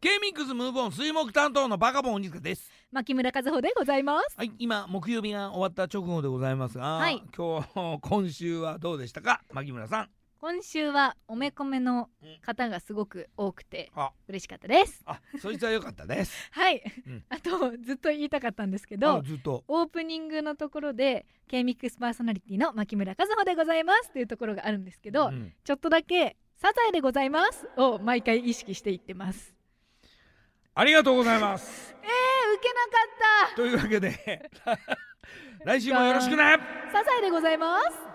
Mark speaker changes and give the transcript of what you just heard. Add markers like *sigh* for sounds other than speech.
Speaker 1: K ミックスムーブオン水木担当のバカボン鬼塚です
Speaker 2: 牧村和穂でございます
Speaker 1: はい今木曜日が終わった直後でございますが、
Speaker 2: はい
Speaker 1: 今日今週はどうでしたか牧村さん
Speaker 2: 今週はおめこめの方がすごく多くて
Speaker 1: あ
Speaker 2: 嬉しかったです
Speaker 1: あそいつは良かったです
Speaker 2: はい、
Speaker 1: うん
Speaker 2: あとずっと言いたかったんですけ
Speaker 1: あ
Speaker 2: *laughs* ど
Speaker 1: ずっと
Speaker 2: オープニングのところで K ミックスパーソナリティの牧村和穂でございますっていうところがあるんですけど、
Speaker 1: うん
Speaker 2: ちょっとだけサザエでございますを毎回意識していってます
Speaker 1: ありがとうございます
Speaker 2: *laughs* えー、受けなか
Speaker 1: というわけで *laughs* 来週もよろしくね
Speaker 2: ったサザエでございます